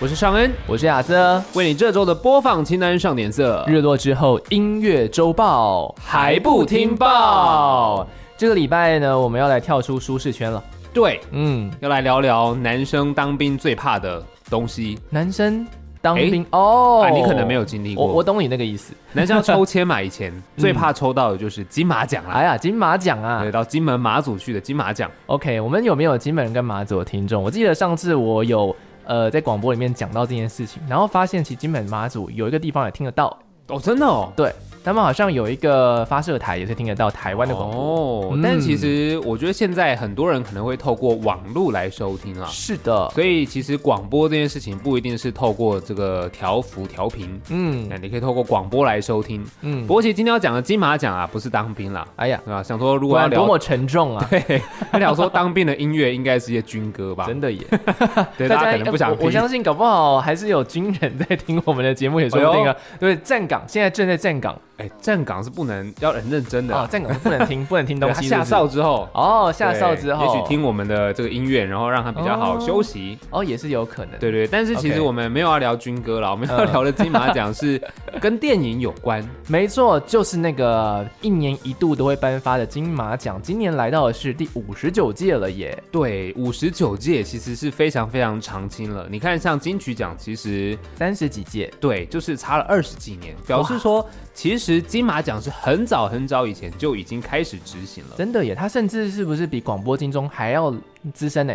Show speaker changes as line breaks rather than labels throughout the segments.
我是尚恩，
我是亚瑟。
为你这周的播放清单上点色。
日落之后，音乐周报
还不听报？
这个礼拜呢，我们要来跳出舒适圈了。
对，
嗯，
要来聊聊男生当兵最怕的东西。
男生当
诶
兵、哦、
啊你可能没有经历过
我我懂你那个意思。
男生要抽签嘛，以 前最怕抽到的就是金马奖啦
哎。呀，金马奖啊
对，到金门马祖去的金马奖，
，OK，我们有没有金门跟马祖的听众？我记得上次我有呃在广播里面讲到这件事情，然后发现其实金门马祖有一个地方也听得到，
哦，真的哦，
对他们好像有一个发射台也是听得到台湾的广播。
哦
嗯，
但其实我觉得现在很多人可能会透过网络来收听啊，
是的，
所以其实广播这件事情不一定是透过这个调幅调频，
嗯
那你可以透过广播来收听。
嗯
不，过其实今天要讲的金马奖啊，不是当兵啦，
哎呀，
对吧？想说如
果
果要
然多
聊
么沉重啊！
要聊说当兵的音乐，应该是一些军歌吧？
真的耶，
啊
呃
对，大家可能不想
我我
听。
相信搞不好还是有军人在听我们的节目，也说不定啊。对，站岗现在正在站岗
哎，站岗是不能要很认真的
啊，
啊，
站岗 是不能听，不能听
对
东
他
西。
下
是不是
哨之后。
哦，下哨
对
之后，
也许听我们的这个音乐，然后让他比较好
哦
休息。
哦，也是有可能。
对对，但是其
OK
实我们没有要聊军歌啦，我们要
嗯
聊的金马奖是跟电影有关。
没错，就是那个一年一度都会颁发的金马奖，今年来到的是第五十九届了耶。
对，五十九届其实是非常非常常青了。你看，像金曲奖，其实
三十几届，
对，就是差了二十几年，表示说其实金马奖是很早很早以前就已经开始执行了。
真的耶，他甚至是不是比广播金钟还要资深呢？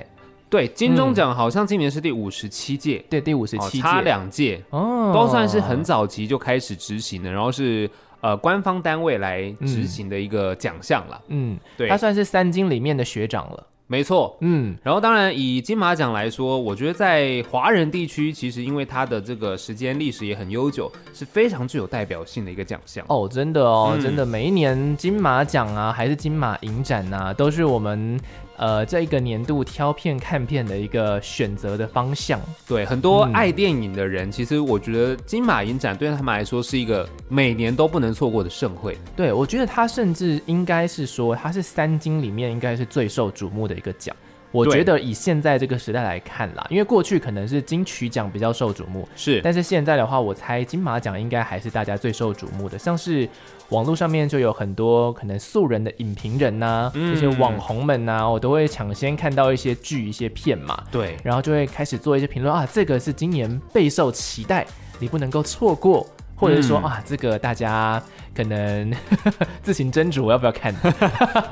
对，
嗯
金钟奖好像今年是第五十七届，
对，第五十
哦
七届，
差两届，
哦，
都算是很早期就开始执行的，然后是呃官方单位来执
嗯
行的一个奖项啦。
嗯，
对
他，算是三金里面的学长了。
没错。
嗯，
然后，当然以金马奖来说，我觉得在华人地区，其实因为它的这个时间历史也很悠久，是非常具有代表性的一个奖项。
哦，真的哦，
嗯
真的，每一年金马奖啊，还是金马影展啊，都是我们呃这一个年度挑片看片的一个选择的方向。
对，很多
嗯
爱电影的人，其实我觉得金马影展对他们来说是一个每年都不能错过的盛会。
对，我觉得他甚至应该是说，他是三金里面应该是最受瞩目的一个奖。我
对
觉得以现在这个时代来看啦，因为过去可能是金曲奖比较受瞩目，
是，
但是现在的话，我猜金马奖应该还是大家最受瞩目的，像是网络上面就有很多可能素人的影评人呐、
嗯
这些网红们呐、我都会抢先看到一些剧、一些片嘛，
对，
然后就会开始做一些评论啊，这个是今年备受期待，你不能够错过。或者是说、
嗯
啊，这个大家可能 自行斟酌要不要 看。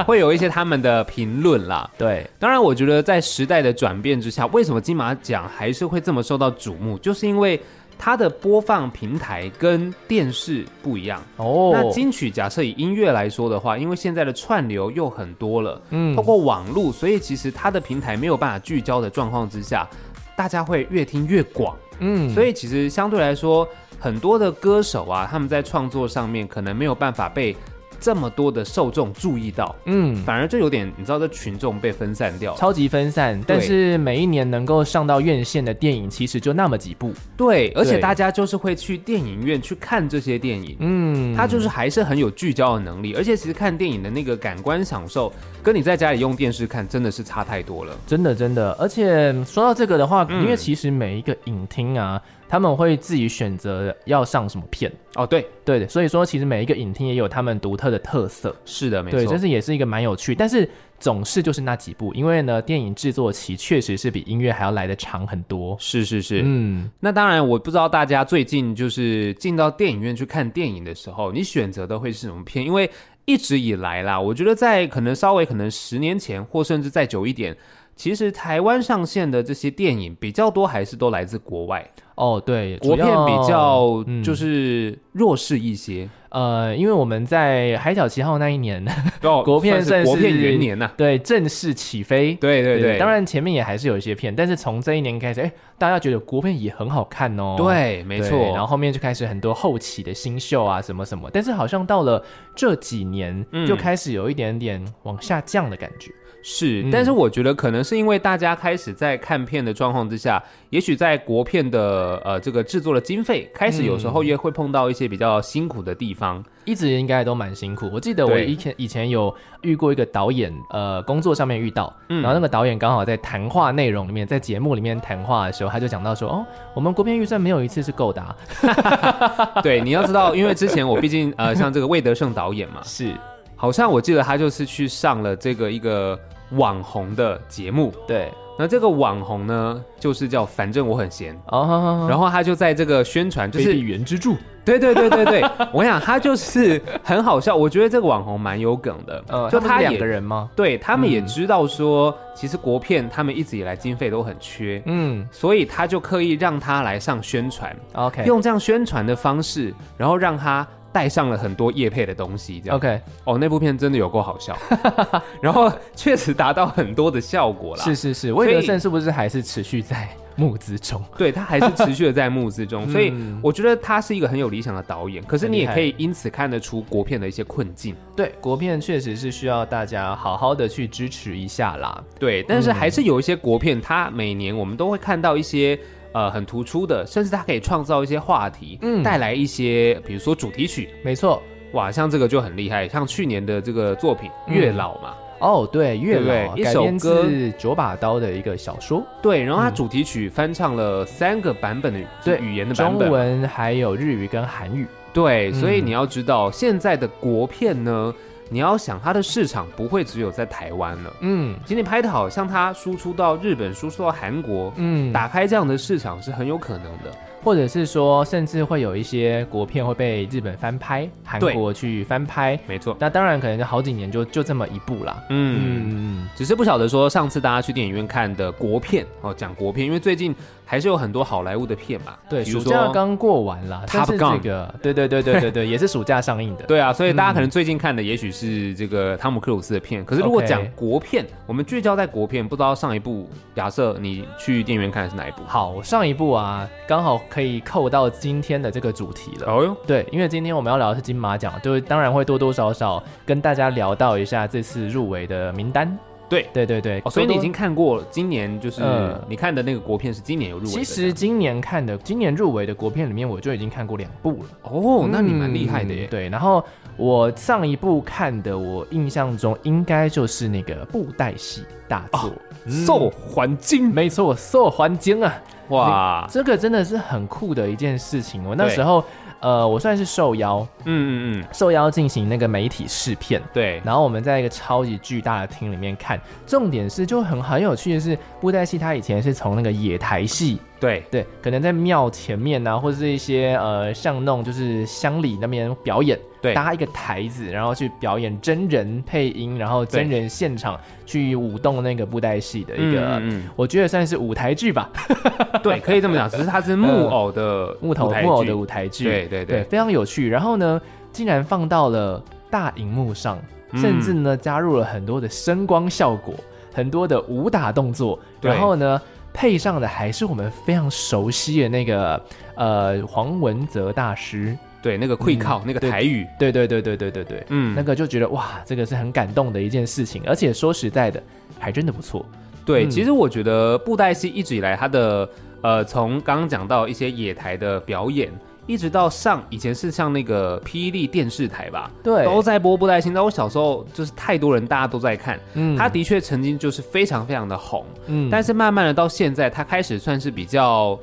会有一些他们的评论啦。
对，
当然，我觉得在时代的转变之下，为什么金马奖还是会这么受到瞩目，就是因为它的播放平台跟电视不一样。
哦，
那金曲假设以音乐来说的话，因为现在的串流又很多了，
嗯
透过网络，所以其实它的平台没有办法聚焦的状况之下，大家会越听越广。
嗯
所
以
以其实相对来说，很多的歌手啊，他们在创作上面可能没有办法被这么多的受众注意到，
嗯，
反而就有点你知道，这群众被分散掉。
超级分散，但是每一年能够上到院线的电影其实就那么几部。
对，而且
对
大家就是会去电影院去看这些电影。
嗯，
它就是还是很有聚焦的能力，而且其实看电影的那个感官享受，跟你在家里用电视看真的是差太多了。
真的真的，而且说到这个的话，
嗯
因为其实每一个影厅啊，他们会自己选择要上什么片，
哦，对，
对的，所以说其实每一个影厅也有他们独特的特色，
是的，没
对，
错
这，是也是一个蛮有趣，但是总是就是那几部，因为呢，电影制作期确实是比音乐还要来的长很多，
是是是。
嗯，
那当然，我不知道大家最近就是进到电影院去看电影的时候，你选择的会是什么片？因为一直以来啦，我觉得在可能稍微可能十年前，或甚至再久一点，其实台湾上线的这些电影比较多，还是都来自国外。
哦，对，
国
主
片
要
比较
嗯
就是弱势 一些，
呃，因为我们在《海角七号》那一年，
哦
国片算
算国片
是
元年呐、啊
对正式起飞。
对对对，
当然前面也还是有一些片，但是从这一年开始，哎，大家觉得国片也很好看哦。
对，没
对
错。
然后后面就开始很多后起的新秀啊，什么什么，但是好像到了这几年，
嗯
就开始有一点点往下降的感觉。
是，
嗯
但是我觉得可能是因为大家开始在看片的状况之下，也许在国片的呃这个制作的经费开始有时
嗯
候也会碰到一些比较辛苦的地方。
一直应该都蛮辛苦。我记得我
对
以前以前有遇过一个导演，呃，工作上面遇到，
嗯
然后那个导演刚好在谈话内容里面，在节目里面谈话的时候，他就讲到说，哦，我们国片预算没有一次是够的、啊，
对，你要知道，因为之前我毕竟呃像这个魏德胜导演嘛，
是
好像我记得他就是去上了这个一个网红的节目，
对，
那这个网红呢就是叫反正我很闲。
哦，
然后他就在这个宣传，就
就是
是
原之柱，
对对对对对， 我跟你讲，他就是很好笑。我觉得这个网红蛮有梗的，
呃，
就
他们是两
也
个人吗？
对他们也
嗯
知道说，其实国片他们一直以来经费都很缺，
嗯
所以他就刻意让他来上宣 传，
，OK
用这样宣传的方式，然后让他。带上了很多叶配的东西，这样
OK，
哦，那部片真的有够好笑， 然后确实达到很多的效果啦。
是，是是，
所以
魏德胜是不是还是持续在 募资中？
对他还是持续的在募 资中，所以
嗯
我觉得他是一个很有理想的导演。可是
很
你
厉
也
害
可以因此看得出国片的一些困境。
对，国片确实是需要大家好好的去支持一下啦。
对，但
嗯
是还是有一些国片，它每年我们都会看到一些呃很突出的，甚至它可以创造一些话题，
嗯
带来一些比如说主题曲，
没错，
哇，像这个就很厉害，像去年的这个作品《
嗯
月老》嘛，
哦，对，月
对不对
老
一
改
首
编
歌
自九把刀的一个小说。
对，然后它主题曲翻唱了三个版本的语
嗯对
语言的版
中
本，
文还有日语跟韩语，
对，
嗯
所以你要知道现在的国片呢，你要想它的市场不会只有在台湾了，
嗯
今天拍的好像它输出到日本、输出到韩国，
嗯，
打开这样的市场是很有可能的。
或者是说，甚至会有一些国片会被日本翻拍，韩
对
国去翻拍，
没错，
那当然可能就好几年就就这么一部啦。
嗯。
嗯，
只是不晓得说上次大家去电影院看的国片哦，讲国片，因为最近还是有很多好莱坞的片嘛，
对，
比如
暑
说
假刚过完啦，但
Top
是
Gun
这个，对对对对对 对，也是暑假上映的。
对啊，所以大家可能最近看的也许是这个汤姆克鲁斯的片，可是如果
嗯 OK
讲国片，我们聚焦在国片，不知道上一部，假设你去电影院看的是哪一部？
好，上一部啊，刚好可以扣到今天的这个主题了。
哦哟，
对，因为今天我们要聊的是金马奖，就是当然会多多少少跟大家聊到一下这次入围的名单。
对
对对对，
哦所以
多
你已
多
经看过今年就是
嗯
你看的那个国片是今年有入围的，
其实今年看的，今年入围的国片里面，我就已经看过两部了。
哦，那你蛮厉害的
嗯
耶，
对，然后我上一部看的，我印象中应该就是那个布袋戏大
哦
作。嗯
受环境
没错，受环境啊，
哇，
这个真的是很酷的一件事情。我那
对
时候，呃，我算是受邀，
嗯嗯嗯，
受邀进行那个媒体试片，
对，
然后我们在一个超级巨大的厅里面看。重点是，就很很有趣的是，布袋戏它以前是从那个野台戏
对，
对，可能在庙前面呐、或者是一些呃巷弄，就是乡里那边表演，
对
搭一个台子，然后去表演真人配音，然后真人现场去舞动那个布袋戏的一个，
嗯嗯
我觉得算是舞台剧吧，
嗯 对，可以这么讲，只是它是木偶的
嗯木头
舞台
木偶
剧
的舞台剧，
对对对
非常有趣。然后呢，竟然放到了大荧幕上，
嗯
甚至呢加入了很多的声光效果，很多的武打动作，
对
然后呢配上的还是我们非常熟悉的那个呃黄文泽大师，
对，那个会靠、那个
嗯对
台语，
对对对对对对对，
嗯，
那个就觉得哇，这个是很感动的一件事情，而且说实在的，还真的不错，
对，
嗯
其实我觉得布袋戏一直以来它的呃，从刚刚讲到一些野台的表演，一直到上以前是像那个霹雳电视台吧，
对，
都在播布袋戏。那我小时候就是太多人大家都在看，
嗯
它的确曾经就是非常非常的红，
嗯
但是慢慢的到现在，它开始算是比较。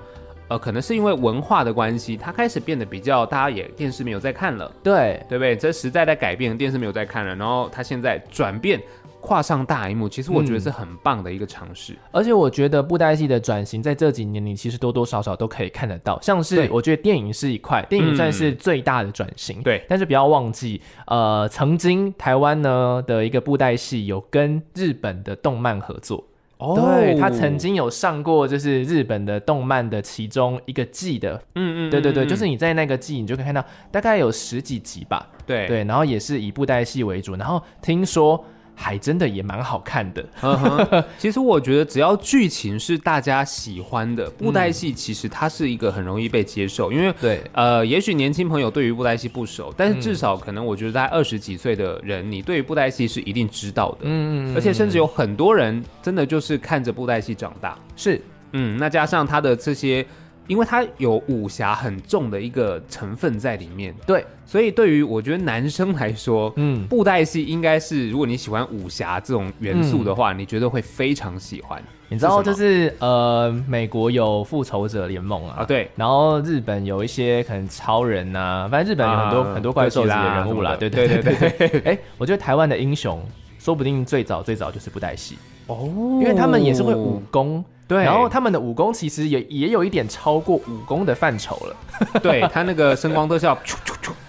呃，可能是因为文化的关系，它开始变得比较，大家也电视没有在看了，
对。
对不对？这时代在改变，电视没有在看了，然后它现在转变，跨上大荧幕，其实我觉得是很棒的一个尝试。
而且我觉得布袋戏的转型在这几年里，其实多多少少都可以看得到。像
对嗯
是我觉得电影是一块，电影算是最大的转型。
对
但是不要忘记，呃，曾经台湾呢的一个布袋戏有跟日本的动漫合作。
哦
对他曾，经有上过，就是日本的动漫的其中一个季的，
嗯嗯，
对对对，
嗯
就是你在那个季，你就可以看到大概有十几集吧，
对，
对，然后也是以布袋戏为主，然后听说还真的也蛮好看的，
嗯哼，其实我觉得只要剧情是大家喜欢的，布袋戏其实它是一个很容易被接受，因为
对
呃，也许年轻朋友对于布袋戏不熟，但是至少可能我觉得在二十几岁的人，你对于布袋戏是一定知道的，
嗯
而且甚至有很多人真的就是看着布袋戏长大。
是
嗯，那加上它的这些，因为它有武侠很重的一个成分在里面，
对，
所以对于我觉得男生来说，
嗯，
布袋戏应该是，如果你喜欢武侠这种元素的话，你觉得会非常喜欢
你知道
是什
就
么
是呃，美国有复仇者联盟啊，
啊？对，
然后日本有一些可能超人呐、反正日本有很多、
啊
很多怪兽级的人物啦，
哥吉
对
拉
对
什么
对
的对
对
对
对对。哎，我觉得台湾的英雄说不定最早最早就是布袋戏，
哦，
因为他们也是会武功。
对
然后他们的武功其实也也有一点超过武功的范畴了，
对他那个声光 特效，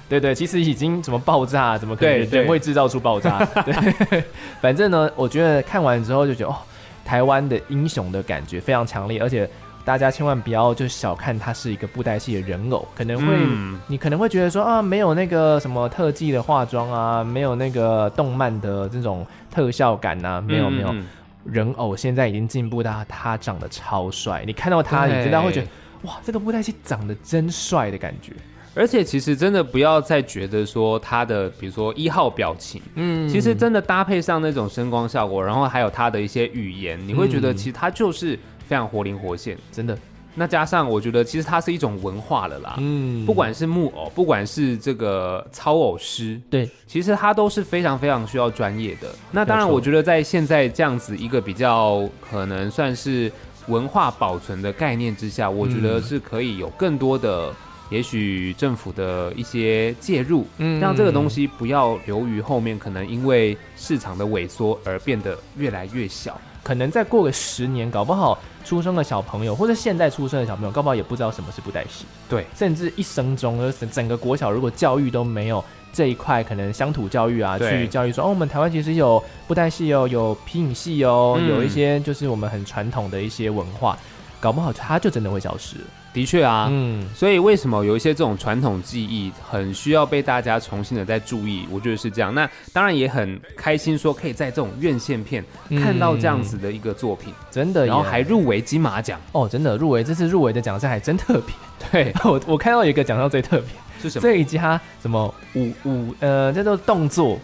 对对，其实已经怎么爆炸，怎么可能
对对
人会制造出爆 炸？对，反正呢，我觉得看完之后就觉得哦，台湾的英雄的感觉非常强烈，而且大家千万不要就小看他是一个布袋戏的人偶，可能会、
嗯
你可能会觉得说啊，没有那个什么特技的化妆啊，没有那个动漫的这种特效感啊，没有没有，
嗯
人偶现在已经进步到他长得超帅，你看到他，你知道会觉得哇，这个布袋戏长得真帅的感觉，
而且其实真的不要再觉得说他的，比如说一号表情，
嗯
其实真的搭配上那种声光效果，然后还有他的一些语言，你会觉得
嗯
其实他就是非常活灵活现。
真的，
那加上我觉得其实它是一种文化了啦，
嗯
不管是木偶，不管是这个操偶师，
对，
其实它都是非常非常需要专业的。那当然，
没错
我觉得在现在这样子一个比较可能算是文化保存的概念之下，我觉得是可以有更多的，也许政府的一些介入，
嗯
让这个东西不要流于后面可能因为市场的萎缩而变得越来越小。
可能再过个十年，搞不好出生的小朋友，或者现在出生的小朋友，搞不好也不知道什么是布袋戏，
对，
甚至一生中，呃整整个国小如果教育都没有这一块，可能乡土教育啊，
对
去教育说，哦，我们台湾其实有布袋戏哦，有皮影戏哦，
嗯
有一些就是我们很传统的一些文化，搞不好它就真的会消失了。
的确啊，
嗯，
所以为什么有一些这种传统技艺很需要被大家重新的再注意？我觉得是这样。那当然也很开心，说可以在这种院线片
嗯
看到这样子的一个作品，
真的耶，
然后还入围金马奖。
哦，真的入围，这次入围的奖项还真特别。
对，
我我看到有一个奖项最特别。
是什么？
这一家什么舞舞呃叫做动作，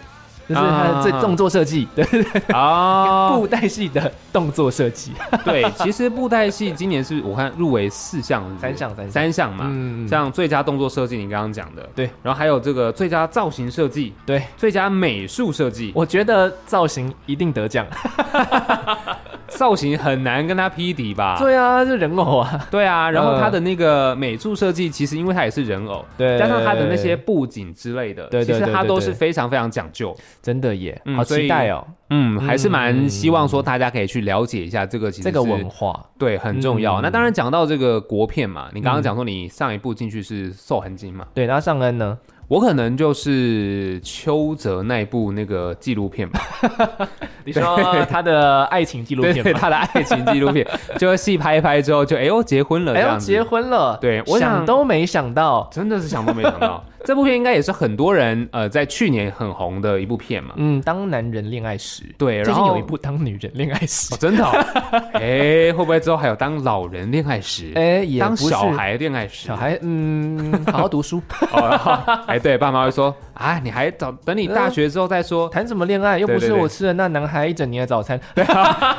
就是它
啊
的这动作设计对，
哦 嗯
布，袋戏的动作设计，
对，其实布袋戏今年是我看入围四项，是不是
三项三项
三项嘛。
嗯，
像最佳动作设计，你刚刚讲的，
对，
然后还有这个最佳造型设计、
对，
最佳美术设计，
我觉得造型一定得奖。
啊造型很难跟他匹敌吧？
对啊，这人偶啊，
对啊，然后
呃
它的那个美术设计，其实因为它也是人偶，
对
加上它的那些布景之类的，
对对
其实
对
它
对
都
对
是非常非常讲究。
真的耶
嗯，
好
所以
期待哦，
嗯，还是蛮
嗯
希望说大家可以去了解一下这个，其实
这个
是
文化
对很重
嗯
要。那当然讲到这个国片嘛，你刚刚讲说你上一部进去是《瘦痕经》嘛，
对，那上恩呢？
我可能就是邱泽那一部那个纪录片吧，
你说他的爱情纪录片
对
吗？
他的爱情 纪录片，就是戏拍一拍之后就哎呦结婚了，
哎
这
呦，
样子
结婚了，
对我想
想都没想到，
真的是想都没 想到，这部片应该也是很多人呃在去年很红的一部片嘛。
嗯，当男人恋爱时，
对，
最
然
近
后
有一部《当女人恋爱时
哦，》，真的、哦，哎，会不会之后还有当老人恋爱时，
哎，也
当
不是
小孩恋爱时？
小 孩，嗯，好好读书。
哦， 哎，对，爸妈会说啊，你还早，等你大学之后 再说。
谈什么恋爱？又不
对
是
对对
我吃了那男孩一整年的早餐。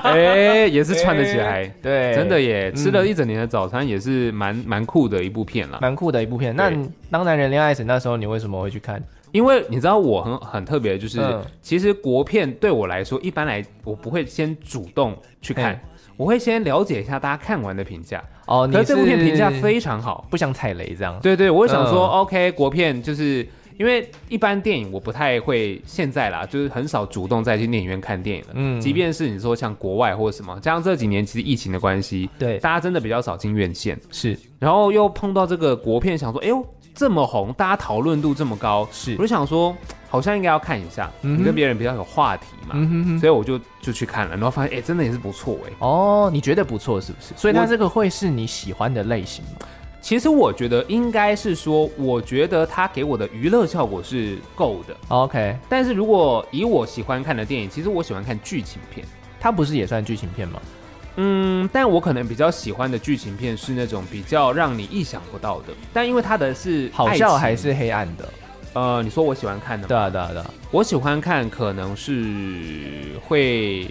哎，也是串得起来，
对
真的耶，
嗯
吃了一整年的早餐也是蛮蛮酷的一部片啦。
蛮酷的一部片。那
对
《当男人恋爱时》那时候你为什么会去看？
因为你知道我很很特别，就是、
嗯
其实国片对我来说，一般来我不会先主动去看
嗯，
我会先了解一下大家看完的评价。
哦，你
可是这部片评价
是
非常好，
不想踩雷这样。
对对，我会想说、
嗯
OK，国片就是因为一般电影我不太会现在啦，就是很少主动再去电影院看电影了。嗯，
嗯
即便是你说像国外或者什么，加上这几年其实疫情的关系，
对
大家真的比较少进院线，
是
然后又碰到这个国片，想说哎呦这么红，大家讨论度这么高，
是
我就想说好像应该要看一下，
嗯哼
你跟别人比较有话题嘛，
嗯哼哼。
所以我就就去看了，然后发现哎、真的也是不错哎、
哦，你觉得不错是不是？所以它
我
这个会是你喜欢的类型吗？
其实我觉得应该是说，我觉得它给我的娱乐效果是够的，
OK，
但是如果以我喜欢看的电影，其实我喜欢看剧情片。
它不是也算剧情片吗？
嗯，但我可能比较喜欢的剧情片是那种比较让你意想不到的，但因为它的是
好
爱
笑
情
还是黑暗的？
呃，你说我喜欢看的吗？
对啊，对啊，对啊。
我喜欢看可能是会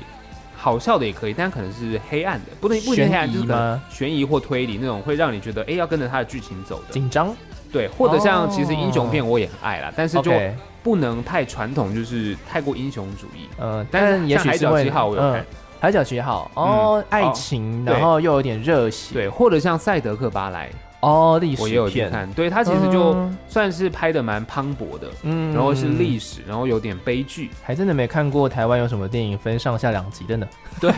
好笑的也可以，但可能是黑暗的，不能不一定黑暗，
悬疑
就是可能
吗
悬疑或推理那种会让你觉得哎、诶要跟着它的剧情走的，
紧张
对，或者像
哦
其实英雄片我也很爱啦，但是就
，OK，
不能太传统，就是太过英雄主义。
嗯，
但
但
是
也
像
许
海
是
角
会
七号我有看
嗯，海角七号哦，爱
哦
情，
对
然后又有点热血，
对，或者像赛德克巴莱，
哦，历
我也有
史
去
片，
看，对它其实就
嗯
算是拍的蛮磅礴的，
嗯
然后是历史，然后有点悲剧，
还真的没看过台湾有什么电影分上下两集的呢，
对，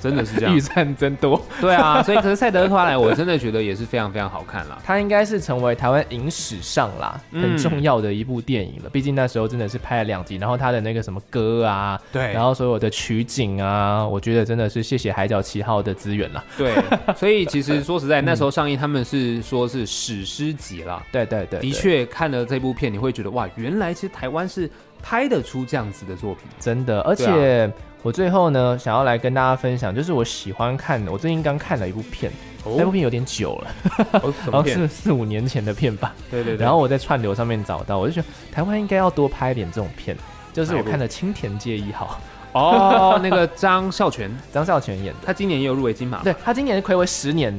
真的 是这样
预，算真多。
对啊，所以可是赛德克巴莱我真的觉得也是非常非常好看啦。
它应该是成为台湾影史上啦
嗯
很重要的一部电影了，毕竟那时候真的是拍了两集，然后它的那个什么歌啊，
对
然后所有的取景啊，我觉得真的是谢谢海角七号的资源啦。
对，所以其实说实在，那时候上映他们是说是史诗级啦。
对对对，
的
对
确看了这部片，你会觉得哇，原来其实台湾是拍得出这样子的作品。
真的，而
对啊
且我最后呢，想要来跟大家分享，就是我喜欢看的，我最近刚看了一部片，那部片有点久了，
哦，什
然后是？四五年前的片吧。
对对对。
然后我在串流上面找到，我就觉得台湾应该要多拍一点这种片。就是
哪
我
一部
看了《青田介一号
哦，那个张孝全，》，
张孝全演的，
他今年也有入围金马。
对他今年暌违十年，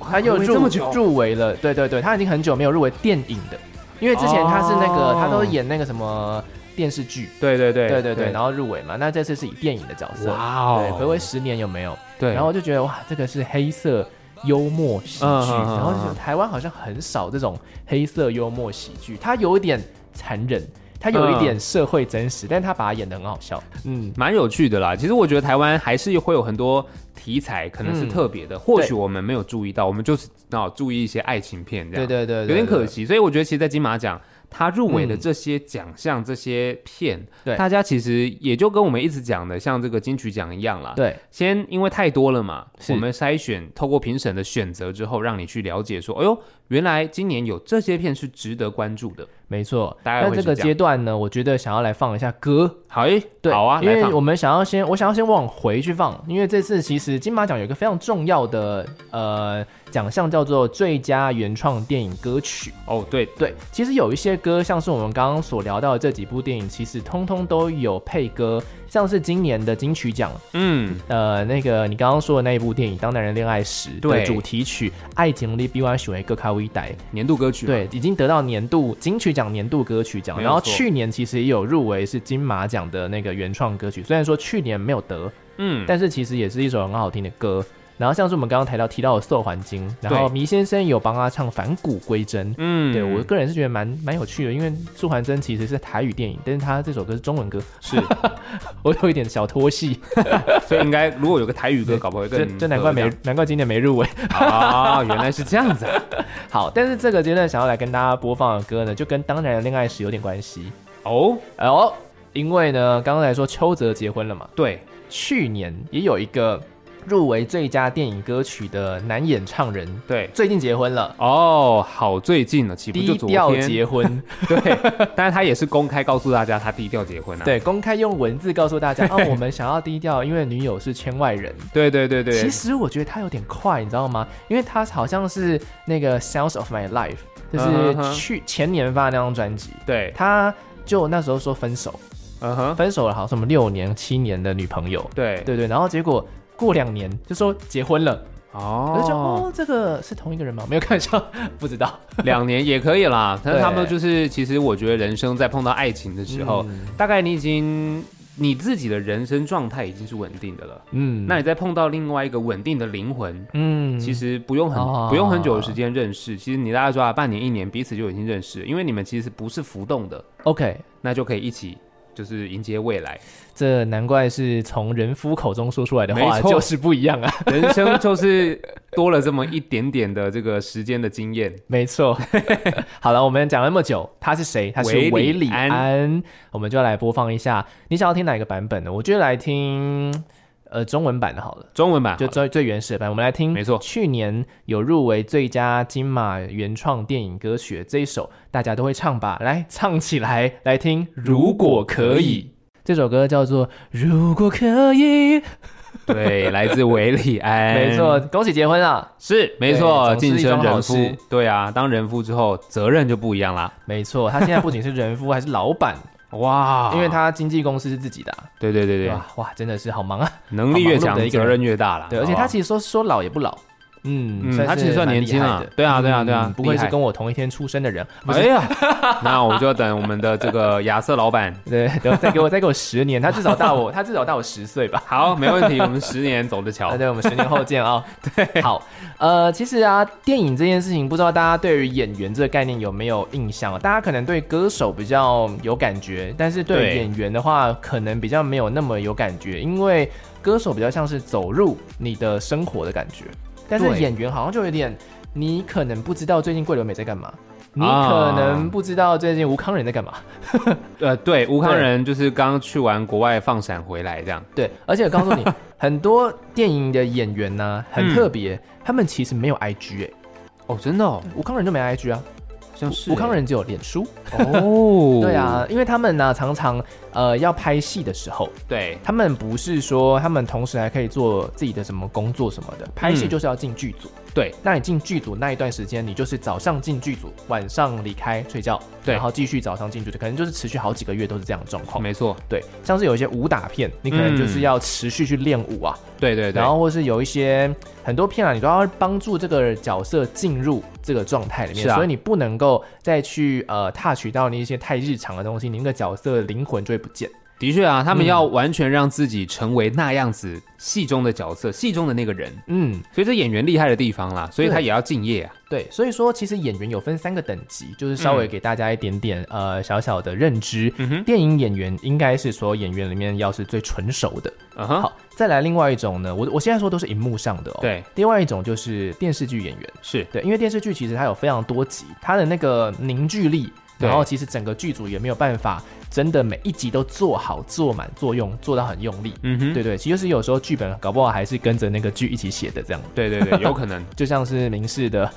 他又
暌违
入
这么久
入围了。对对对，他已经很久没有入围电影的，因为之前他是那个、
哦
他都演那个什么电视剧，
对对对
对对对，然后入围嘛。那这次是以电影的角色，
哇
对，
哦，
暌违十年有没有？
对，
然后就觉得哇，这个是黑色幽默喜剧，
嗯嗯嗯嗯
然后就觉得台湾好像很少这种黑色幽默喜剧，它有一点残忍，它有一点社会真实，但它把它演得很好笑。嗯，
蛮有趣的啦。其实我觉得台湾还是会有很多题材可能是
嗯
特别的，或许我们没有注意到，我们就是哦注意一些爱情片这
对
样。
对对，
啊有点可
惜。
惜。所以我觉得，其实，在金马奖他入围的这些奖项、这些片，
对
大家其实也就跟我们一直讲的，像这个金曲奖一样啦。，
对，
先因为太多了嘛，
是
我们筛选，透过评审的选择之后，让你去了解说，哎呦，原来今年有这些片是值得关注的。
没错。
大概
那
会
这
是
个
这样
阶段呢，我觉得想要来放一下歌。
好诶，
对，
好啊，
因
来
为我
放。
们想要先，我想要先往回去放，因为这次其实金马奖有一个非常重要的呃奖项叫做最佳原创电影歌曲。
哦，对，
对，其实有一些歌，像是我们刚刚所聊到的这几部电影，其实通通都有配歌，像是今年的金曲奖，
嗯，
呃，那个你刚刚说的那一部电影《当男人恋爱时》
对
的主题曲《爱情里比我喜欢歌卡微带》，
年度歌曲。，
对，已经得到年度金曲奖年度歌曲奖，
没有
然后
错
去年其实也有入围是金马奖的那个原创歌曲，虽然说去年没有得，
嗯，
但是其实也是一首很好听的歌。然后像是我们刚刚提到提到的《瘦环经》，然后
对
迷先生有帮他唱《返古归真》，
嗯，
对我个人是觉得蛮蛮有趣的，因为素还真其实是台语电影，但是他这首歌是中文歌，
是，
我有一点小脱戏，
所以应该如果有个台 语歌，搞不好会
这
更
这难怪没
合
难怪今年没入围。
这样啊， 原来是这样子啊。
好，但是这个阶段想要来跟大家播放的歌呢，就跟《当然的恋爱时》有点关系
哦，
哦，因为呢，刚刚来说邱泽结婚了嘛，
对，
去年也有一个入围最佳电影歌曲的男演唱人，
对，
最近结婚了，
哦，好最近了，岂不就
低
昨
调
天？
结婚。
对，但是他也是公开告诉大家他低调结婚啊。
对，公开用文字告诉大 家，哦，我们想要低调，因为女友是圈外人。
对对对对
其实我觉得他有点快，你知道吗？因为他好像是那个《Sounds of My Life》，就
嗯哼哼
是去前年发的那张专辑，
对，
他就那时候说分手，
嗯哼，
分手了好像什么六年、七年的女朋友，
对
对对，然后结果过两年就说结婚了，我就觉得
哦，
哦，这个是同一个人吗？没有看笑， 不知道。
两年也可以啦。但是
对
他们就是，其实我觉得人生在碰到爱情的时候，
嗯
大概你已经你自己的人生状态已经是稳定的了，
嗯，
那你再碰到另外一个稳定的灵魂。
嗯，
其实不用很、
哦
不用很久的时间认识，其实你大概抓半年一年，彼此就已经认识了，因为你们其实不是浮动的，
OK，
那就可以一起就是迎接未来。
这难怪是从人夫口中说出来的话
没错
就是不一样啊。
人生就是多了这么一点点的这个时间的经验。
没错。 好了，我们讲了那么久，他是谁？他是
韦
韦
礼
礼
安
安我们就来播放一下。你想要听哪个版本的？我觉得来听呃中文版的好了。
中文啊版好
就
了
最最原始的版，我们来听。
没错
去年有入围最佳金马原创电影歌曲的这一首，大家都会唱吧？来唱起来，来听。如果可以，这首歌叫做《如果可以》，
对，来自韦礼安，
没错，，恭喜结婚了，
是没
对
错，
总是
晋
一
升
桩好
人
事
夫，对啊，当人夫之后责任就不一样啦。
没错，他现在不仅是人夫，还是老 板，
哇，
因为他经纪公司是自己的啊、
对对对对
哇，哇，真的是好忙啊，
能力越
好忙碌
强
的，一个
责
人
任越大啦。
对，而且他
实
其实说说老也不老，嗯，
啊嗯
算
他
是
其实算
蛮
年
厉
轻
害
啊
的嗯
对啊对啊对啊
不愧
厉
是
害
跟我同一天出生的人，不是
哎呀，那我们就要等我们的这个亚瑟老板。
对， 对再给我再给我十年，他至少大我，他至少大我十岁吧。
好，没问题，我们十年走着瞧
那。对，我们十年后见啊、 对，好，呃，其实啊，电影这件事情，不知道大家对于演员这个概念有没有印象？大家可能对歌手比较有感觉，但是对
对
于演员的话，可能比较没有那么有感觉，因为歌手比较像是走入你的生活的感觉，但是
对
演员好像就有点，你可能不知道最近桂纶镁在干嘛。你
啊
可能不知道最近吴康仁在干嘛，
呃，对，吴康
对
仁就是刚去完国外放闪回来这样。
对，而且我告 诉你，很多电影的演员呢、很特别，他们其实没有 IG 哎、
哦，真的哦，
吴康仁就没 IG 啊，
好像是
吴康
欸
仁只有脸书。，
哦
对啊，因为他们呢、常常呃要拍戏的时候，
对，
他们不是说他们同时还可以做自己的什么工作什么的，拍戏
嗯
就是要进剧组。
对，
那你进剧组那一段时间，你就是早上进剧组，晚上离开睡觉，
对
然后继续早上进剧组，可能就是持续好几个月都是这样的状况。
没错，
对，像是有一些武打片，你可能就是
嗯
要持续去练武啊，
对对对，
然后或是有一些很多片啊，你都要帮助这个角色进入这个状态里面，
是啊
所以你不能够再去呃 touch 到那一些太日常的东西，你那个角色的灵魂就会不见。
的确啊，他
嗯
们要完全让自己成为那样子戏中的角色，戏中的那个人，
嗯，
所以这演员厉害的地方啦，所以他
对
也要敬业啊。
对，所以说其实演员有分三个等级，就是稍微
嗯
给大家一点点、呃小小的认知。
嗯哼，
电影演员应该是所有演员里面要是最纯熟的。
嗯哼，
好，再来另外一种呢，我我现在说都是荧幕上的哦。，
对，
另外一种就是电视剧演员。
是，
对，因为电视剧其实它有非常多集，它的那个凝聚力，
对
然后其实整个剧组也没有办法真的每一集都做好、做满、做用，做到很用力。
嗯哼，
对对，其实有时候剧本搞不好还是跟着那个剧一起写的，这样
对对 对，有可能。
就像是明视的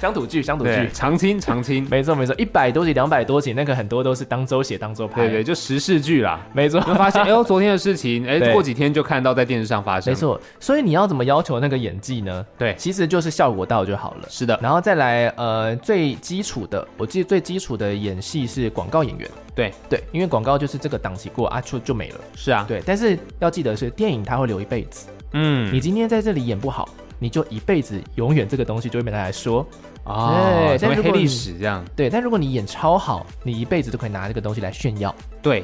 乡土剧、乡哎土
对，
剧，
常青常青，
没错没错，一百多集、两百多集，那个很多都是当周写、当周拍，
对对，就时事剧啦。
没 错。
就发现，哎呦，昨天的事情，哎，
对
过几天就看到在电视上发生。
没，错，所以你要怎么要求那个演技呢？
对
其实就是效果到就好了。
是的，
然后再来，呃，最基础的，我记得最基础的演戏是广告演员，
对
对，因为广告就是这个档期过啊，就就没了。
是啊，
对，但是要记得是电影它会留一辈子，
嗯，
你今天在这里演不好，你就一辈子永远这个东西就会被拿来说。
哦，
对
成为
但如
黑
果
历
你
史这样，
对，但如果你演超好，你一辈子都可以拿这个东西来炫耀，
对，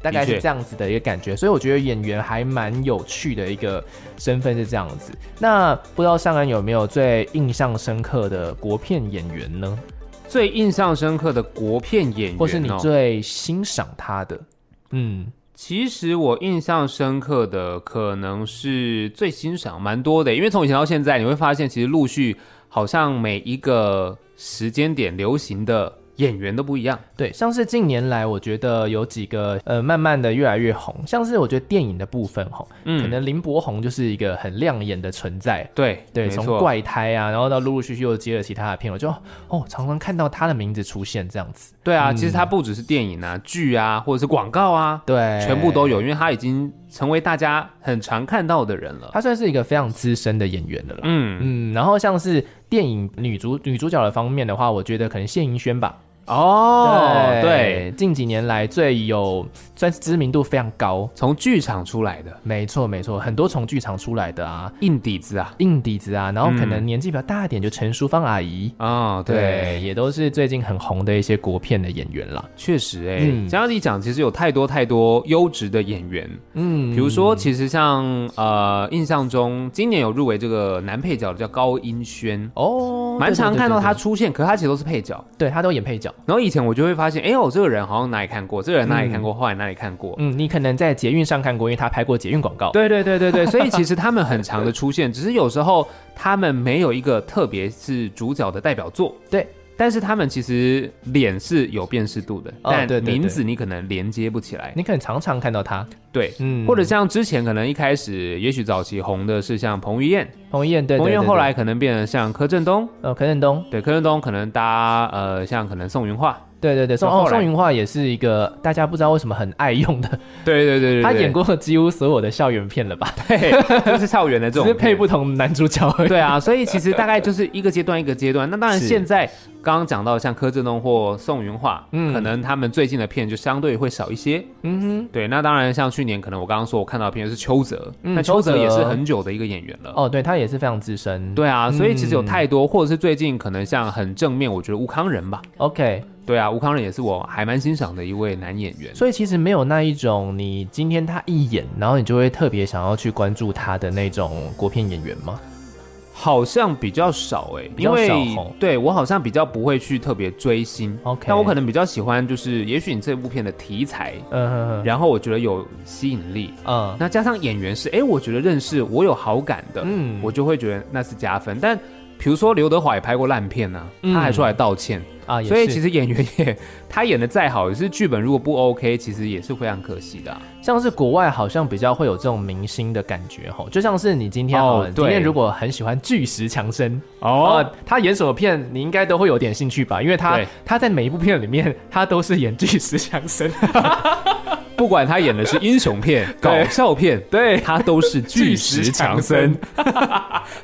大概
的
是
确
这样子的一个感觉。所以我觉得演员还蛮有趣的一个身份是这样子。那不知道上恩有没有最印象深刻的国片演员呢？
最印象深刻的国片演员哦，
或是你最欣赏他的？嗯，
其实我印象深刻的可能是最欣赏蛮多的，因为从以前到现在，你会发现其实陆续好像每一个时间点流行的演员都不一样。
对，像是近年来，我觉得有几个呃，慢慢的越来越红，像是我觉得电影的部分吼，
嗯
可能林柏宏就是一个很亮眼的存在。
对
对，
没
从
错，
怪胎啊，然后到陆陆续续又接了其他的片，我就哦，常常看到他的名字出现这样子。
对啊，其实它不只是电影啊、剧啊，或者是广告啊，
对，
全部都。有，因为他已经成为大家很常看到的人了。
他算是一个非常资深的演员的了啦。
嗯，
嗯，然后像是电影女主女主角的方面的话，我觉得可能谢盈萱吧。
哦，对，
对，近几年来最有算是知名度非常高。
从剧场出来的
没错，没错，很多从剧场出来的啊，
硬底子啊，
硬底子啊，然后可能
嗯
年纪比较大一点，就陈淑芳阿姨，
哦，对
对，，也都是最近很红的一些国片的演员啦。
确实哎、欸，
嗯
这样一讲，其实有太多太多优质的演员，
嗯
比如说，其实像呃，印象中今年有入围这个男配角的叫高音轩，
哦，
蛮常看到他
对，
出现，可他其实都是配角，
对对对对他都演配角，
然后以前我就会发现，哎、我这个人好像哪里看过，这个人哪里看过，后来哪里看过。
嗯，你可能在捷运上看过，因为他拍过捷运广告。
对对对对对，所以其实他们很常的出现，只是有时候他们没有一个特别是主角的代表作。
对，
但是他们其实脸是有辨识度的，
哦
但
对对对
名字你可能连接不起来。
你可能常常看到他，
对，
嗯，
或者像之前可能一开始，也许早期红的是像彭于晏，
彭于晏，对，
彭于
对
晏
对
后
对
来可能变成像柯震东，
呃，柯震东，
对，柯震东可能搭呃像可能宋云画，
对对对，宋
然后
哦
后来
宋云画也是一个大家不知道为什么很爱用的，
对对对对，
他演 过几乎所有的校园片了吧，
对，就是校园的这
只
种
是
片，
配不同男主角 而已。
对啊，所以其实大概就是一个阶段一个阶段。那当然，
是
现在刚刚讲到像柯震东或宋云画，
嗯
可能他们最近的片就相对会少一些。
嗯
对，那当然像去年可能我刚刚说我看到的片是邱泽，
嗯
那邱泽
邱泽
也是很久的一个演员了。
哼，哦，对他也是非常资深。
对啊，所以其实有
嗯
太多，或者是最近可能像很正面，我觉得吴康仁吧，
，OK，
对啊，吴康仁也是我还蛮欣赏的一位男演员。
所以其实没有那一种你今天他一演，然后你就会特别想要去关注他的那种国片演员吗？
好像比较少哎、
比
因
较
为
少吼
对我好像比较不会去特别追星。
哦 OK
但我可能比较喜欢就是，也许你这部片的题材，
嗯哼哼
然后我觉得有吸引力，
嗯
那加上演员是哎、我觉得认识我有好感的，
嗯
我就会觉得那是加分。但比如说刘德华也拍过烂片啊，
嗯
他还出来道歉，
啊，也
所以
是
其实演员也他演的再好，也是剧本如果不 OK，其实也是非常可惜的啊、
像是国外好像比较会有这种明星的感觉吼，就像是你今天好了，
哦
今
对
天如果很喜欢巨石强森哦、
啊
呃他演什么片你应该都会有点兴趣吧，因为他
对
他在每一部片里面他都是演巨石强森，
不管他演的是英雄片、搞
对
笑片，
对
他都是巨石强森，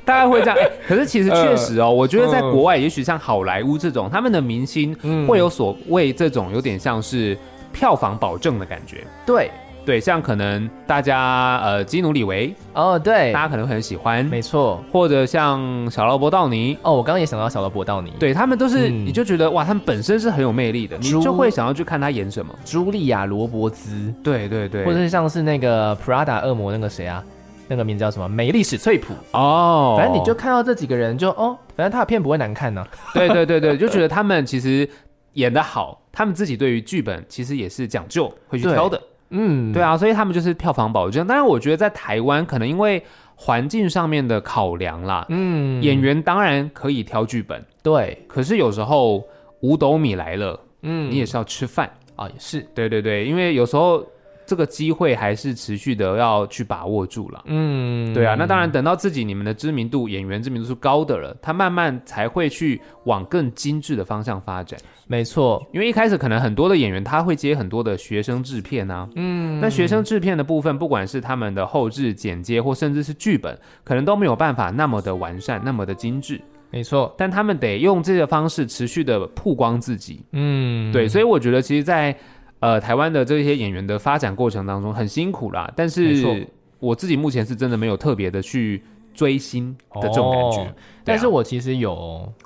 大概会这样。哎可是其实
呃
确实哦，我觉得在国外，也许像好莱坞这种，他们的明星
嗯
会有所谓这种有点像是票房保证的感觉。
对
对，像可能大家呃，基努里维，
哦对
大，家可能会很喜欢，
没错
或者像小劳勃道尼，
哦，我刚刚也想到小罗伯道尼，，
对他们都是，
嗯
你就觉得哇，他们本身是很有魅力的，你
猪
就会想要去看他演什么。
茱莉亚罗伯兹，
对对对，
或者是像是那个 Prada 恶魔那个谁啊，那个名字叫什么？美丽史翠普，
哦，
反正你就看到这几个人就哦，反正他的片不会难看呢、
对对对对，就觉得他们其实演得好，他们自己对于剧本其实也是讲究，会去挑的。
嗯，
对啊，所以他们就是票房保证。当然，我觉得在台湾可能因为环境上面的考量啦，
嗯，
演员当然可以挑剧本，
对，
可是有时候五斗米来了，
嗯
你也是要吃饭。
啊、也是，
对对对，因为有时候这个机会还是持续的要去把握住了。
嗯，
对啊，那当然，等到自己你们的知名度、演员知名度是高的了，他慢慢才会去往更精致的方向发展。
没错，
因为一开始可能很多的演员他会接很多的学生制片啊，嗯，那学生制片的部分，不管是他们的后置剪接或甚至是剧本，可能都没有办法那么的完善，那么的精致，
没错，
但他们得用这个方式持续的曝光自己，
嗯，
对，所以我觉得其实在，呃台湾的这些演员的发展过程当中很辛苦啦，但
没错
是我自己目前是真的没有特别的去追星的这种感觉，
哦
对啊
但是我其实有。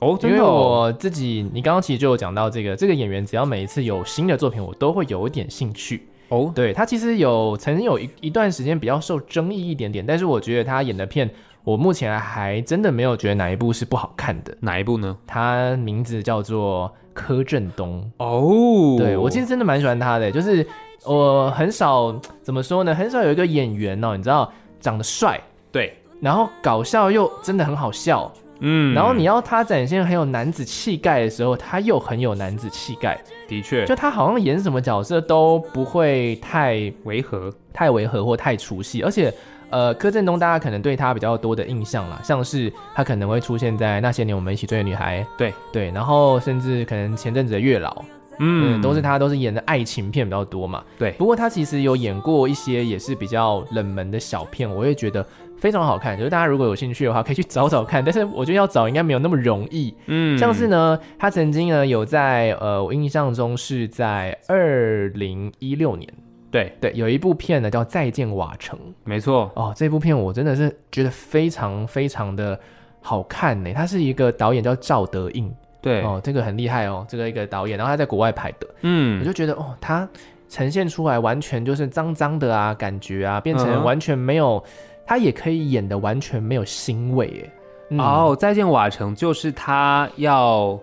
哦，
因
真
为
的哦、
我自己，你刚刚其实就有讲到这个，这个演员只要每一次有新的作品，我都会有一点兴趣。
哦
对他其实有曾经有一一段时间比较受争议一点点，但是我觉得他演的片，我目前还真的没有觉得哪一部是不好看的。
哪一部呢？
他名字叫做柯震东，
哦
对我其实真的蛮喜欢他的，欸就是我很少怎么说呢，很少有一个演员哦，你知道长得帅，
对，
然后搞笑又真的很好笑，
嗯
然后你要他展现很有男子气概的时候，他又很有男子气概，
的确
就他好像演什么角色都不会太
违和。
太违和或太出戏，而且。呃，柯震东大家可能对他比较多的印象啦，像是他可能会出现在那些年我们一起追的女孩，
对
对，然后甚至可能前阵子的月老，嗯，都是
他。
他都是演的爱情片比较多嘛。
对，
不过他其实有演过一些也是比较冷门的小片，我也觉得非常好看。就是大家如果有兴趣的话，可以去找找看。但是我觉得要找应该没有那么容易。
嗯
像是呢，他曾经呢有在呃，我印象中是在二零一六年，
对，
对，有一部片呢叫《再见瓦城》
没错，
哦，这部片我真的是觉得非常非常的好看呢。它是一个导演叫赵德胤
对，
哦，这个很厉害哦，这个一个导演，然后他在国外拍的。我
嗯，
就觉得哦，它呈现出来完全就是脏脏的啊，感觉啊，变
嗯
成
哼
完全没有，它也可以演的完全没有腥味耶。嗯，
哦哦，再见瓦城就是他要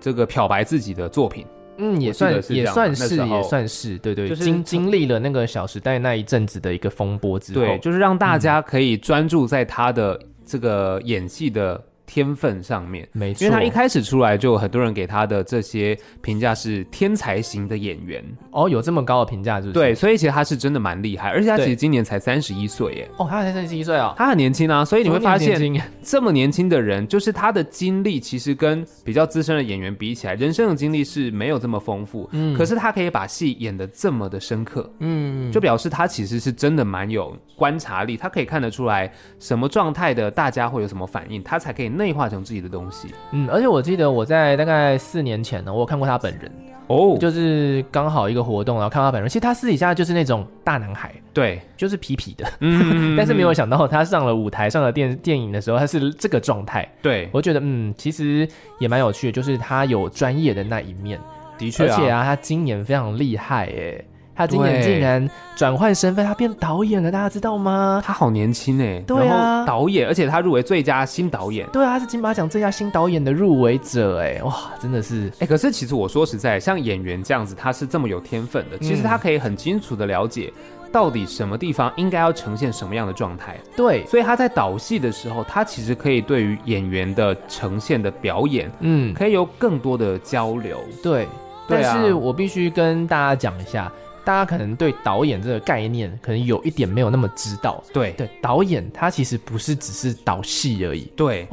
这个漂白自己的作品，
嗯，也
记得
算
是这
也
样
算
吧那
是
时候
也算是，对对，
就是
经经历了那个小时代那一阵子的一个风波之后，嗯
对，就是让大家可以专注在他的这个演戏的天分上面。
没错，
因为他一开始出来，就有很多人给他的这些评价是天才型的演员，
哦有这么高的评价，是不是？
对，，所以其实他是真的蛮厉害，而且他其
对
实今年才三十一岁耶，
哦，他才三十一岁哦，
他很年轻啊，所以你会发
中
现
年年轻
这么年轻的人，就是他的经历其实跟比较资深的演员比起来，人生的经历是没有这么丰富，
嗯
可是他可以把戏演得这么的深刻，
嗯，
就表示他其实是真的蛮有观察力，他可以看得出来什么状态的大家会有什么反应，他才可以内化成自己的东西。
嗯，而且我记得我在大概四年前呢，我有看过他本人，
哦，
就是刚好一个活动，然后看到他本人，其实他私底下就是那种大男孩，
对，
就是痞痞的，
嗯
但是没有想到他上了舞台、上了电电影的时候，他是这个状态，
对，
我觉得嗯，其实也蛮有趣的，就是他有专业的那一面。
的确、
而
啊，
且啊，他今年非常厉害哎，他今年
对
竟然转换身份，他变导演了，大家知道吗？
他好年轻哎、
对啊
然后导演，而且他入围最佳新导演。
对啊，他是金马奖最佳新导演的入围者哎，哇，真的是
哎、可是其实我说实在，像演员这样子，他是这么有天分的，其实
嗯
他可以很清楚的了解到底什么地方应该要呈现什么样的状态，
对，
所以他在导戏的时候，他其实可以对于演员的呈现的表演，
嗯，
可以有更多的交流。
对。
对
但
啊
是我必须跟大家讲一下，大家可能对导演这个概念可能有一点没有那么知道。
对
对，导演他其实不是只是导戏而已。
对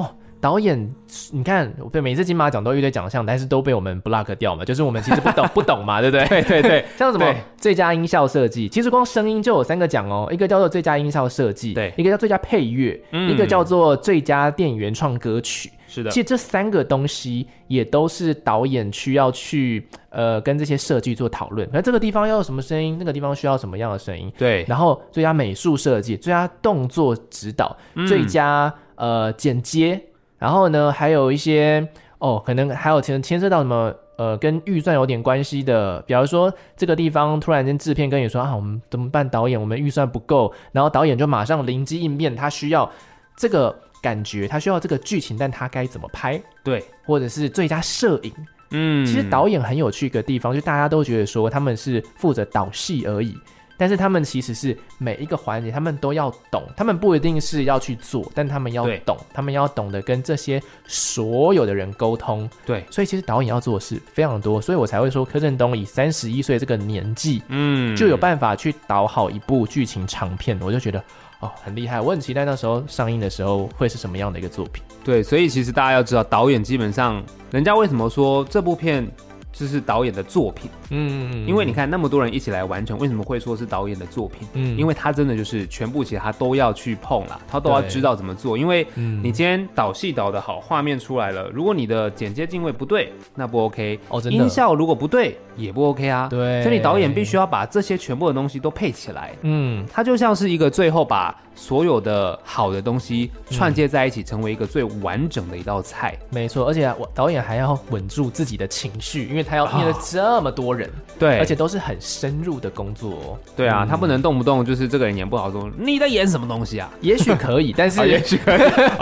导演，你看，对每次金马奖都有一堆奖项，但是都被我们 block 掉嘛，就是我们其实不 懂不懂嘛，对不对？
对对对
像什么
对
最佳音效设计，其实光声音就有三个奖哦，一个叫做最佳音效设计，
对
一个叫最佳配乐，
嗯
一个叫做最佳电影原创歌曲。
是的
其，实这三个东西也都是导演需要去呃跟这些设计做讨论，可能这个地方要有什么声音，那个地方需要什么样的声音，
对
然后最佳美术设计、最佳动作指导、
嗯
最佳呃剪接，然后呢还有一些哦，可能还有牵牵涉到什么呃跟预算有点关系的，比方说这个地方突然间制片跟你说啊，我们怎么办？导演，我们预算不够，然后导演就马上灵机应变，他需要这个感觉，他需要这个剧情，但他该怎么拍？
对，
或者是最佳摄影，
嗯，
其实导演很有趣一个地方，就大家都觉得说他们是负责导戏而已，但是他们其实是每一个环节他们都要懂，他们不一定是要去做，但他们要
对
懂，他们要懂得跟这些所有的人沟通。
对，
所以其实导演要做的事非常多，所以我才会说柯震东以三十一岁这个年纪
嗯
就有办法去导好一部剧情长片，我就觉得哦很厉害，我很期待那时候上映的时候会是什么样的一个作品。
对，所以其实大家要知道，导演基本上，人家为什么说这部片就是导演的作品？
嗯
因为你看那么多人一起来完成，为什么会说是导演的作品？
嗯
因为他真的就是全部，其实他都要去碰啦，他都要
对
知道怎么做。因为
嗯
你今天导戏导得好，画面出来了，如果你的剪接定位不对，那不 OK；
哦真的
音效如果不对，也不 OK 啊。
对
所以你导演必须要把这些全部的东西都配起来。
嗯
它就像是一个最后把所有的好的东西串接在一起，成为一个最完整的一道菜。
没错，而且啊我导演还要稳住自己的情绪，因为他要面对这么多人，
啊对，
而且都是很深入的工作、哦。
对啊，他不能动不动就是这个人演不好说你在演什么东西啊？
也许可以，但
啊
是
许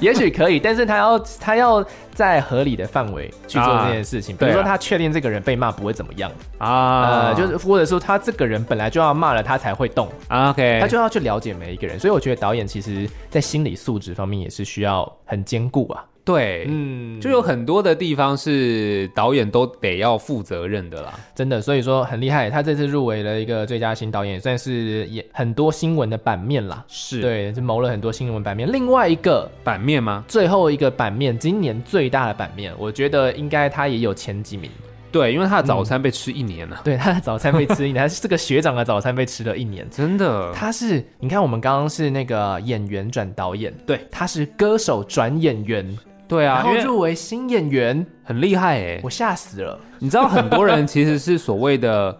也许可以，但是他要他要在合理的范围去做这件事情。
啊
比如
对
说，
啊
他确定这个人被骂不会怎么样，
啊，
呃，就是或者说他这个人本来就要骂了，他才会动，
啊 OK，
他就要去了解每一个人。所以我觉得导演其实在心理素质方面也是需要很坚固啊。
对，
嗯，
就有很多的地方是导演都得要负责任的啦。
真的，所以说很厉害。他这次入围了一个最佳新导演，也算是也很多新闻的版面啦。
是
对，就谋了很多新闻版面。另外一个
版面吗？
最后一个版面，今年最大的版面，我觉得应该他也有前几名。
对，因为他的早餐被吃一年了，
对，他的早餐被吃一年，他是这个学长的早餐被吃了一 年。
真的。
他是，你看我们刚刚是那个演员转导演，
对，
他是歌手转演员，
对
然
啊，
后
因为
入围新演员，
很厉害哎、
我吓死了。
你知道很多人其实是所谓的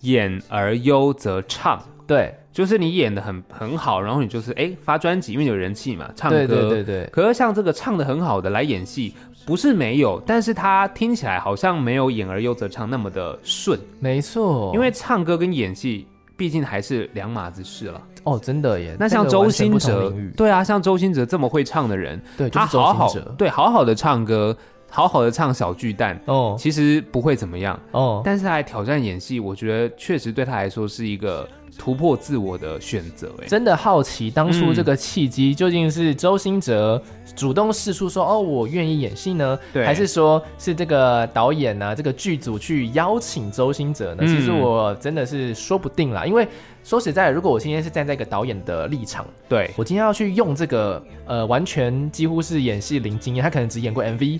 演而优则唱。
对，
就是你演的很很好，然后你就是哎发专辑，因为有人气嘛，唱歌。
对对对对
可是像这个唱的很好的来演戏，不是没有，但是他听起来好像没有演而优则唱那么的顺，
没错，
因为唱歌跟演戏毕竟还是两码子事了。
哦，真的耶，
那
这
像
个
周
完全
兴
不同
哲
领域，
对啊，像周兴哲这么会唱的人，
对，就
他
是周
好好
星哲。
对好好的唱歌。好好的唱小巨蛋，
哦
其实不会怎么样。
哦，
但是他来挑战演戏，我觉得确实对他来说是一个突破自我的选择。哎，
真的好奇当初
嗯
这个契机究竟是周兴哲主动试出说哦我愿意演戏呢，
对
还是说是这个导演啊呢、这个剧组去邀请周兴哲呢？
嗯
其实我真的是说不定啦，因为说实在的，如果我今天是站在一个导演的立场，
对，
我今天要去用这个呃完全几乎是演戏零经验，他可能只演过 MV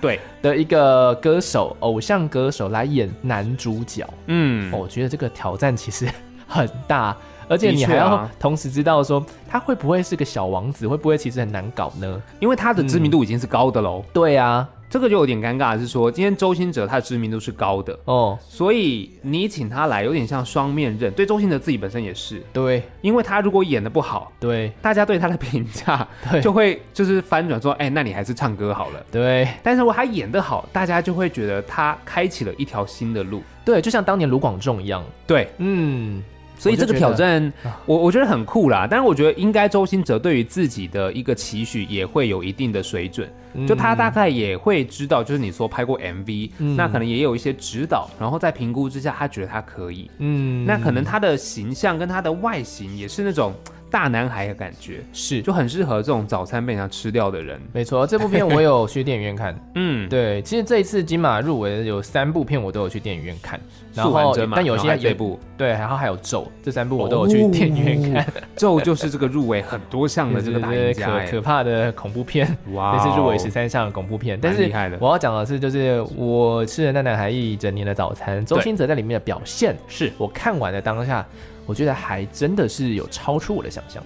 对
的一个歌手偶像歌手来演男主角。
嗯
哦，我觉得这个挑战其实 很大，而且
的
你
确
还要
啊
同时知道说他会不会是个小王子，会不会其实很难搞呢？
因为他的知名度已经是高的喽。
对啊，
这个就有点尴尬，是说今天周星哲他的知名度是高的，
哦，
所以你请他来有点像双面刃，对周星哲自己本身也是，
对
因为他如果演的不好，
对
大家对他的评价
对
就会就是翻转说，哎、那你还是唱歌好了。
对
但是如果他演得好，大家就会觉得他开启了一条新的路。
对，就像当年卢广仲一样，
对，
嗯，
所以这个挑战
啊，
我我觉得很酷啦。但是我觉得应该周星哲对于自己的一个期许也会有一定的水准，
嗯
就他大概也会知道，就是你说拍过 MV，、
嗯
那可能也有一些指导，然后在评估之下，他觉得他可以。
嗯
那可能他的形象跟他的外形也是那种大男孩的感觉，
是
就很适合这种早餐被人家吃掉的人。
没错，这部片我 有去电影院看。
嗯，
对，其实这一次金马入围的有三部片，我都有去电影院看。然
素还
后
真，嘛，
但有
然后
些
还这
也
部
对，然后还有咒，这三部我都有去电影院看。
看，咒就是这个入围很多项的这个大赢
对对对
家，哎
可可怕的恐怖片，
哇
那
哦，
是入围十三项的恐怖片。但
蛮
是
厉害的
我要讲的是，就是我吃了那男孩一整年的早餐，周星哲在里面的表现，
是
我看完的当下，我觉得还真的是有超出我的想象。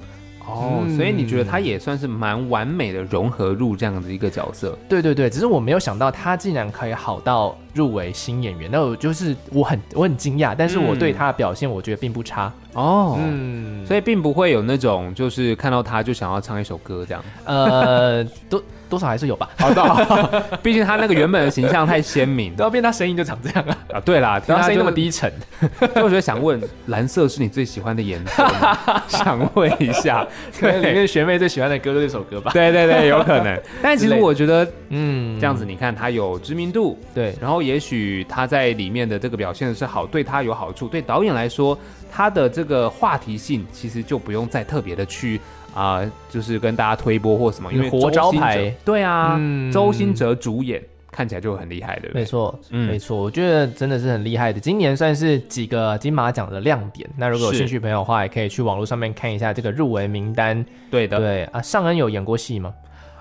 哦，所以你觉得
嗯
他也算是蛮完美的融合入这样的一个角色，
对对对，只是我没有想到他竟然可以好到入围新演员，那我就是我很我很惊讶，但是我对他的表现我觉得并不差。
哦，
嗯，
所以并不会有那种就是看到他就想要唱一首歌这样，
呃，多多少还是有吧。
好的，毕竟他那个原本的形象太鲜 明
都要变他声音就长这样啊，
啊。对啦，听
然后
他
声音
就
那么，低沉，
所以我觉得想问，蓝色是你最喜欢的颜 色吗？想问一下，
可能里
对
面学妹最喜欢的歌就是这首歌吧。
对对对，有可能。但其
之
实
类的
我觉得
嗯
这样子，你看他有知名度，
对，
然后也许他在里面的这个表现是好，对他有好处。对导演来说，他的这个话题性其实就不用再特别的去啊、就是跟大家推波或什么，因为
活招牌
周星哲，对啊，
嗯
周星哲主演看起来就很厉害，对不
没
对？
错，
嗯
没错，我觉得真的是很厉害的。今年算是几个金马奖的亮点。那如果有
是
兴趣朋友的话，也可以去网络上面看一下这个入围名单。
对的，
对啊，尚恩有演过戏吗？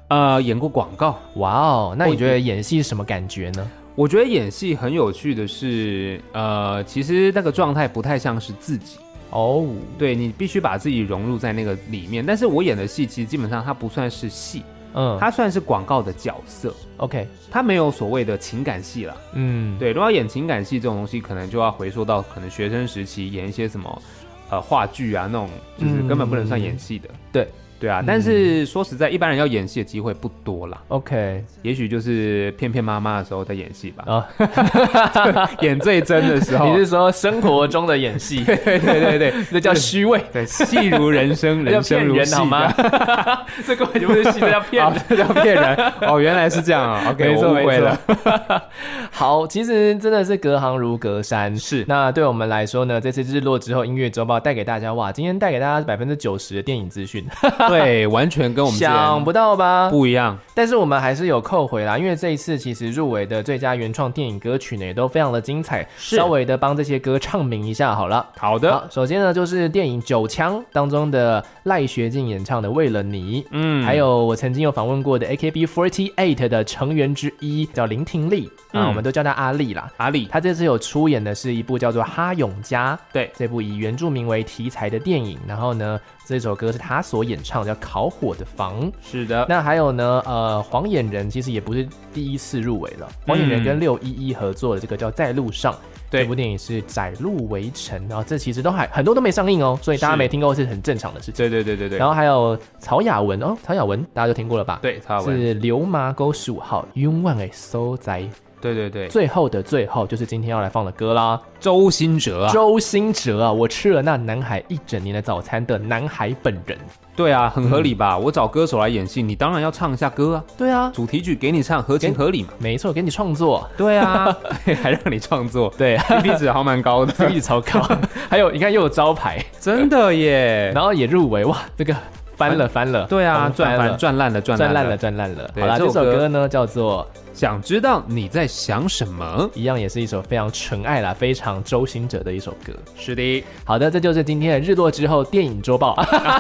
呃，演过广告。
哇哦，那
我
你觉得演戏是什么感觉呢？
我觉得演戏很有趣的是，呃，其实那个状态不太像是自己，
哦，
对你必须把自己融入在那个里面。但是我演的戏其实基本上它不算是戏，
嗯
它算是广告的角色。
，OK，
他没有所谓的情感戏了。
嗯，
对，如果要演情感戏这种东西，可能就要回溯到可能学生时期演一些什么呃话剧啊那种，就是根本不能算演戏的。
对
对啊，但是说实在，一般人要演戏的机会不多啦，
，OK，
也许就是骗骗妈妈的时候在演戏吧，
啊，
演最真的时候。
你是说生活中的演 戏？
对对对对
那叫虚伪，
对，戏如 人生，
那叫
人生
骗
如
人
戏
好吗？？ 这根本就不是戏，这 叫骗
啊
人。，
这叫骗人哦，原来是这样啊。OK，
没错
我误会了。
好，其实真的是隔行如隔山。
是
那对我们来说呢，这次日落之后音乐周报带给大家，哇，今天带给大家百分之九十的电影资讯，
对，完全跟我们之前
想不到吧？
不一样。
但是我们还是有扣回啦，因为这一次其实入围的最佳原创电影歌曲呢，也都非常的精彩，
是
稍微的帮这些歌唱名一下好了。
好的，
好，首先呢就是电影《九枪》当中的赖学静演唱的《为了你》。
嗯，
还有我曾经有访问过的 AKB48 的成员之一叫林廷丽啊，
嗯
我们都叫她阿丽啦。
阿里，
她这次有出演的是一部叫做《哈永家》
对
这部以原住民为题材的电影，然后呢，这首歌是她所演唱，叫《烤火的房》。
是的，
那还有呢，呃，黄眼人其实也不是第一次入围了，黄
嗯
眼人跟六一一合作的这个叫《在路上》。
对
这部电影是窄路围城，然后这其实都还很多都没上映哦，所以大家
是
没听过是很正常的事情。
对对对对对，
然
后
后还有曹雅文哦，曹雅文大家都听过了吧？，
对曹雅文
是流麻沟十五号，永远的所在。
对对对，
最后的最后，就是今天要来放的歌啦。
周兴哲啊，
周兴哲啊，我吃了那男孩一整年的早餐的男孩本人。
对啊，很合理
嗯
吧？我找歌手来演戏，你当然要唱一下歌啊，
对啊，
主题曲给你唱，合情合理嘛。
没错，给你创作。
对啊， 还让你创作
对，啊
，CP 值还蛮高的，
一直超 高，还有你看又有招牌，
真的 耶。
然后也入围，哇，这个翻了翻了，
对啊，赚
翻
翻
了，
赚烂了，赚
赚烂
烂
了，
了。
赚烂了。
对
好啦，
这
这
首
首
歌
歌呢叫做
想知道你在想什么？
一样也是一首非常纯爱啦，非常周兴哲的一首歌。
是的，
好的，这就是今天的日落之后电影周报。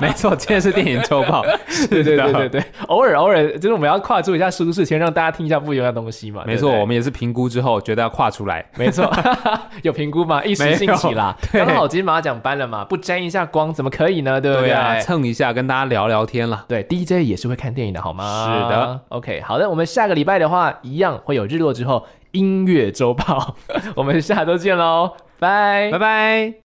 没错，今天是电影周报。是的，
对对对对，偶尔偶尔就是我们要跨出一下舒适圈，让大家听一下不一样的东西嘛。
没
对
错，
不对
我们也是评估之后觉得要跨出来。
没错， 有评估嘛，一时兴起啦。
没有对
刚好今天马奖颁了嘛，不沾一下光怎么可以呢？对不对？
对啊，蹭一下跟大家聊聊天啦。
对，DJ 也是会看电影的，好吗？
是的。
OK，好的，我们下个礼拜的话，一样会有日 落之后音乐周报，我们下周见喽，拜
拜拜。